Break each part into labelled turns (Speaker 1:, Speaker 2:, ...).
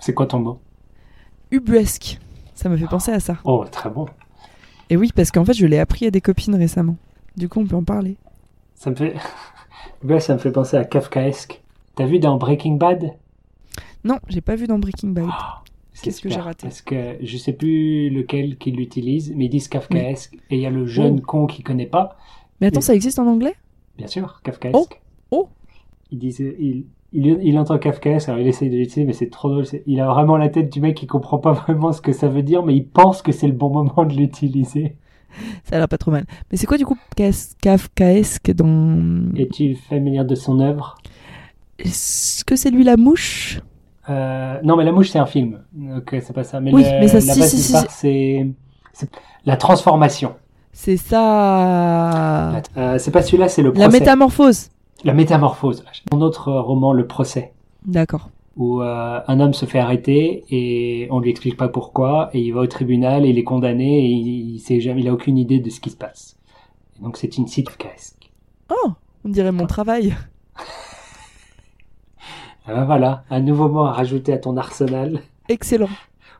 Speaker 1: C'est quoi ton mot
Speaker 2: Ubuesque. Ça me fait penser à ça.
Speaker 1: Oh, très bon.
Speaker 2: Et oui, parce qu'en fait, je l'ai appris à des copines récemment. Du coup, on peut en parler.
Speaker 1: Ça me fait. Ouais, ça me fait penser à kafkaesque. T'as vu dans Breaking Bad
Speaker 2: Non, j'ai pas vu dans Breaking Bad.
Speaker 1: Oh, c'est
Speaker 2: Qu'est-ce que
Speaker 1: super,
Speaker 2: j'ai raté
Speaker 1: Parce que je sais plus lequel qui l'utilise, mais ils disent kafkaesque. Et il y a le jeune
Speaker 2: Oh.
Speaker 1: con qui connaît pas.
Speaker 2: Mais attends,
Speaker 1: Oui.
Speaker 2: ça existe en anglais
Speaker 1: Bien sûr, kafkaesque.
Speaker 2: Oh, oh.
Speaker 1: Il, disait, il, il, il entend kafkaesque, alors il essaye de l'utiliser, mais c'est trop drôle. c'est- Il a vraiment la tête du mec qui comprend pas vraiment ce que ça veut dire, mais il pense que c'est le bon moment de l'utiliser.
Speaker 2: Ça a l'air pas trop mal. Mais c'est quoi du coup cas- kafkaesque dans...
Speaker 1: Es-tu familière de son œuvre
Speaker 2: Est-ce que c'est lui la mouche
Speaker 1: Euh, non, mais La Mouche, c'est un film. Donc, euh, c'est pas ça. Mais,
Speaker 2: Oui,
Speaker 1: le-
Speaker 2: mais ça,
Speaker 1: la
Speaker 2: si,
Speaker 1: base
Speaker 2: si,
Speaker 1: du
Speaker 2: si,
Speaker 1: parc, c'est c'est la transformation.
Speaker 2: C'est ça...
Speaker 1: Euh, c'est pas celui-là, c'est le
Speaker 2: La
Speaker 1: procès.
Speaker 2: métamorphose
Speaker 1: La métamorphose. Mon autre euh, roman, Le procès,
Speaker 2: D'accord.
Speaker 1: où euh, un homme se fait arrêter et on lui explique pas pourquoi, et il va au tribunal et il est condamné et il, il sait jamais, il a aucune idée de ce qui se passe. Donc, c'est une site casque.
Speaker 2: Oh On dirait mon travail.
Speaker 1: Ah ben voilà, un nouveau mot à rajouter à ton arsenal.
Speaker 2: Excellent.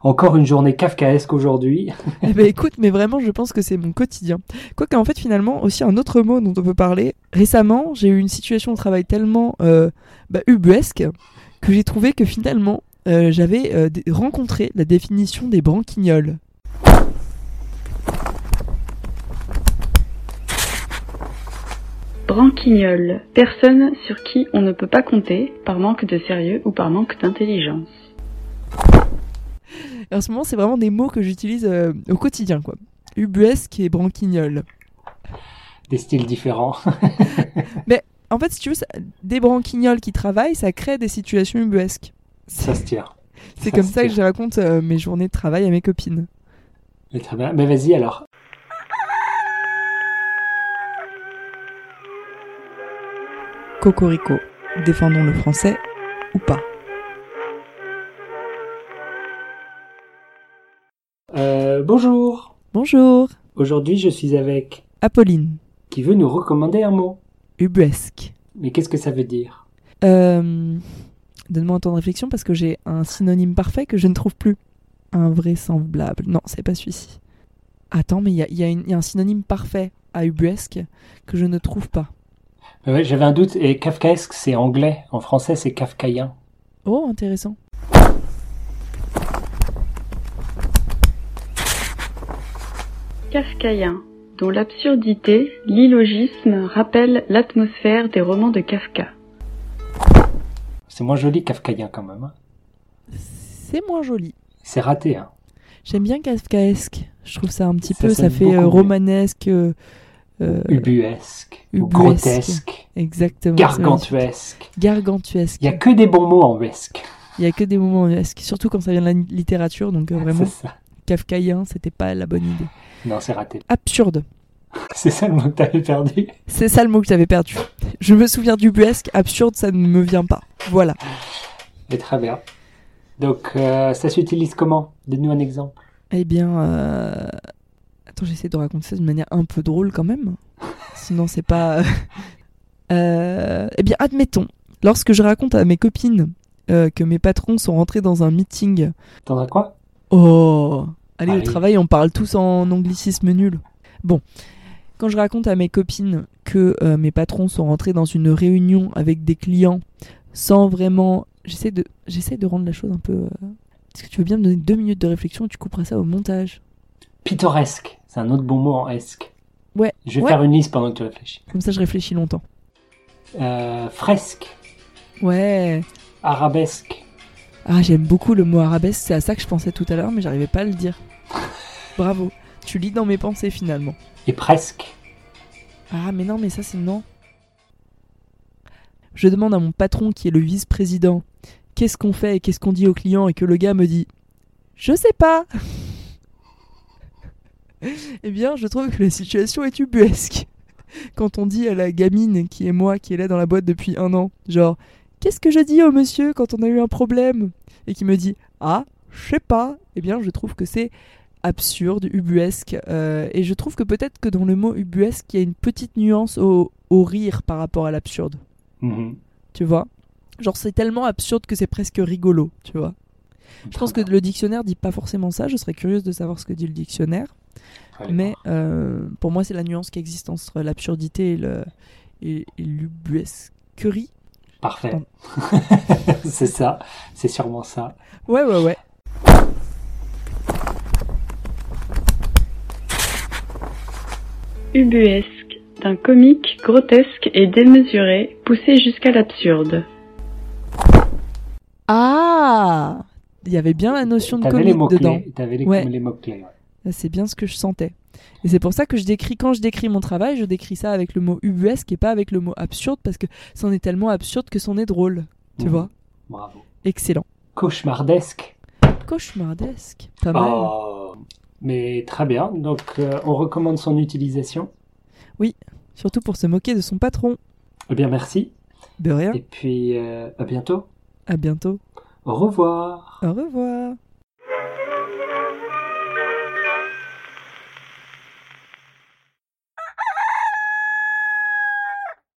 Speaker 1: Encore une journée kafkaesque aujourd'hui.
Speaker 2: Eh ben écoute, mais vraiment, je pense que c'est mon quotidien. Quoique, en fait, finalement, aussi un autre mot dont on peut parler. Récemment, j'ai eu une situation au travail tellement euh, bah, ubuesque que j'ai trouvé que finalement, euh, j'avais euh, dé- rencontré la définition des branquignoles.
Speaker 3: Branquignol, personne sur qui on ne peut pas compter par manque de sérieux ou par manque d'intelligence.
Speaker 2: Et en ce moment, c'est vraiment des mots que j'utilise euh, au quotidien, quoi. Ubuesque et branquignole.
Speaker 1: Des styles différents.
Speaker 2: En fait, si tu veux, ça- des branquignoles qui travaillent, ça crée des situations ubuesques.
Speaker 1: Ça se tire.
Speaker 2: C'est comme ça que je raconte euh, mes journées de travail à mes copines.
Speaker 1: Mais très bien. Mais vas-y alors.
Speaker 2: Cocorico, défendons le français ou pas.
Speaker 1: Euh, bonjour.
Speaker 2: Bonjour,
Speaker 1: Aujourd'hui, je suis avec
Speaker 2: Apolline,
Speaker 1: qui veut nous recommander un mot.
Speaker 2: ubuesque.
Speaker 1: Mais qu'est-ce que ça veut dire
Speaker 2: Euh, Donne-moi un temps de réflexion parce que j'ai un synonyme parfait que je ne trouve plus. Invraisemblable. Non, c'est pas celui-ci. Attends, mais il y a, il y a une- il y a un synonyme parfait à ubuesque que je ne trouve pas.
Speaker 1: Mais Euh, ouais, J'avais un doute. Et kafkaesque, c'est anglais. En français, c'est kafkaïen.
Speaker 2: Oh, intéressant.
Speaker 3: Kafkaïen, dont l'absurdité, l'illogisme rappelle l'atmosphère des romans de Kafka.
Speaker 1: C'est moins joli kafkaïen quand même. hein.
Speaker 2: C'est moins joli.
Speaker 1: C'est raté. Hein.
Speaker 2: J'aime bien kafkaesque. Je trouve ça un petit
Speaker 1: Ça
Speaker 2: peu, ça
Speaker 1: sonne
Speaker 2: fait
Speaker 1: beaucoup
Speaker 2: euh,
Speaker 1: mieux.
Speaker 2: romanesque. euh, euh,
Speaker 1: Ubuesque, ou
Speaker 2: ubuesque.
Speaker 1: grotesque,
Speaker 2: exactement. c'est vrai.
Speaker 1: gargantuesque.
Speaker 2: Gargantuesque.
Speaker 1: Il y a que des bons mots en vesque.
Speaker 2: Il y a que des moments ubuesques, surtout quand ça vient de la littérature, donc euh, vraiment
Speaker 1: Ah, C'est ça.
Speaker 2: kafkaïen, c'était pas la bonne idée.
Speaker 1: Non, c'est raté.
Speaker 2: Absurde.
Speaker 1: C'est ça le mot que t'avais perdu.
Speaker 2: C'est ça le mot que j'avais perdu. Je me souviens du buesque, absurde, ça ne me vient pas. Voilà.
Speaker 1: Mais très bien. Donc, euh, ça s'utilise comment Donne-nous un exemple.
Speaker 2: Eh bien, euh, attends, j'essaie de raconter ça d'une manière un peu drôle quand même. Sinon, c'est pas. Euh, Eh bien, admettons, lorsque je raconte à mes copines euh, que mes patrons sont rentrés dans un meeting
Speaker 1: T'en as quoi
Speaker 2: Oh Allez,
Speaker 1: Allez.
Speaker 2: au travail, on parle tous en anglicisme nul. Bon, quand je raconte à mes copines que euh, mes patrons sont rentrés dans une réunion avec des clients sans vraiment... J'essaie de, j'essaie de rendre la chose un peu... euh, Est-ce que tu veux bien me donner deux minutes de réflexion et tu couperas ça au montage
Speaker 1: Pittoresque, c'est un autre bon mot en esque.
Speaker 2: Ouais,
Speaker 1: Je vais
Speaker 2: ouais.
Speaker 1: faire une liste pendant que tu réfléchis.
Speaker 2: Comme ça, je réfléchis longtemps.
Speaker 1: Euh, fresque,
Speaker 2: Ouais
Speaker 1: arabesque,
Speaker 2: Ah, j'aime beaucoup le mot arabesque, c'est à ça que je pensais tout à l'heure, mais j'arrivais pas à le dire. Bravo, tu lis dans mes pensées finalement.
Speaker 1: et presque.
Speaker 2: Ah, mais non, mais ça, c'est non. Je demande à mon patron, qui est le vice-président, qu'est-ce qu'on fait et qu'est-ce qu'on dit aux clients, et que le gars me dit Je sais pas Eh bien, je trouve que la situation est ubuesque. Quand on dit à la gamine, qui est moi, qui est là dans la boîte depuis un an, genre Qu'est-ce que je dis au monsieur quand on a eu un problème Et qui me dit Ah, je sais pas Eh bien, je trouve que c'est absurde, ubuesque. euh, et je trouve que peut-être que dans le mot ubuesque, il y a une petite nuance au, au rire par rapport à l'absurde.
Speaker 1: Mhm.
Speaker 2: Tu vois Genre, c'est tellement absurde que c'est presque rigolo, tu vois Je pense que le dictionnaire dit pas forcément ça. Je serais curieuse de savoir ce que dit le dictionnaire.
Speaker 1: Allez,
Speaker 2: Mais euh, pour moi, c'est la nuance qui existe entre l'absurdité et le- et- et l'ubuesquerie.
Speaker 1: Parfait. c'est ça. C'est sûrement ça.
Speaker 2: Ouais, ouais, ouais.
Speaker 3: Ubuesque, d'un comique grotesque et démesuré, poussé jusqu'à l'absurde.
Speaker 2: Ah Il y avait bien la notion de
Speaker 1: T'avais les
Speaker 2: comique dedans.
Speaker 1: mots-clés. T'avais les,
Speaker 2: Ouais.
Speaker 1: les mots-clés. ouais.
Speaker 2: Là, C'est bien ce que je sentais. Et c'est pour ça que je décris, quand je décris mon travail, je décris ça avec le mot ubuesque et pas avec le mot absurde, parce que c'en est tellement absurde que c'en est drôle. Tu
Speaker 1: Mhm.
Speaker 2: vois
Speaker 1: Bravo.
Speaker 2: Excellent.
Speaker 1: Cauchemardesque.
Speaker 2: Cauchemardesque. Pas mal.
Speaker 1: Oh. Mais très bien. Donc, euh, on recommande son utilisation.
Speaker 2: Surtout pour se moquer de son patron.
Speaker 1: Eh bien, merci.
Speaker 2: De rien.
Speaker 1: Et puis, euh, à bientôt.
Speaker 2: À bientôt.
Speaker 1: Au revoir.
Speaker 2: Au revoir.